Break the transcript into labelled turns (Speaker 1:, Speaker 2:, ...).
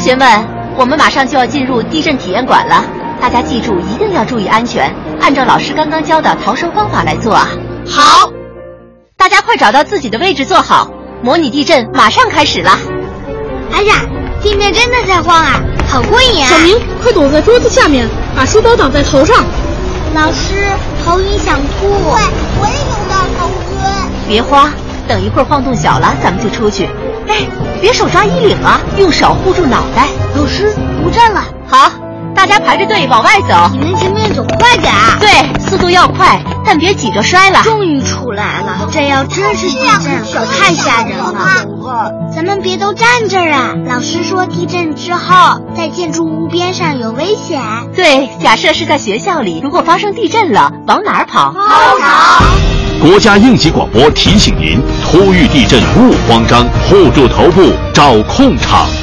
Speaker 1: 学们，我们马上就要进入地震体验馆了，大家记住一定要注意安全，按照老师刚刚教的逃生方法来做啊！
Speaker 2: 好，
Speaker 1: 大家快找到自己的位置坐好，模拟地震马上开始了。
Speaker 3: 哎呀，地面真的在晃啊，好过瘾啊！
Speaker 4: 小明，快躲在桌子下面，把书包挡在头上。
Speaker 5: 老师，头晕想吐。
Speaker 6: 对，我也有点头晕。
Speaker 1: 别慌，等一会儿晃动小了，咱们就出去。哎，别手抓衣领啊，用手护住脑袋。
Speaker 3: 老师，不站了。
Speaker 1: 好，大家排着队往外走。
Speaker 3: 你们前面走快点啊！
Speaker 1: 对，速度要快，但别挤着摔了。
Speaker 3: 终于出来了，这要真是地
Speaker 4: 哎
Speaker 3: 震，可太吓人了。
Speaker 5: 咱们别都站这儿啊！老师说地震之后，在建筑物边上有危险。
Speaker 1: 对，假设是在学校里，如果发生地震了，往哪儿跑？
Speaker 5: 跑跑。
Speaker 7: 国家应急广播提醒您：突遇地震勿慌张，护住头部，找空场。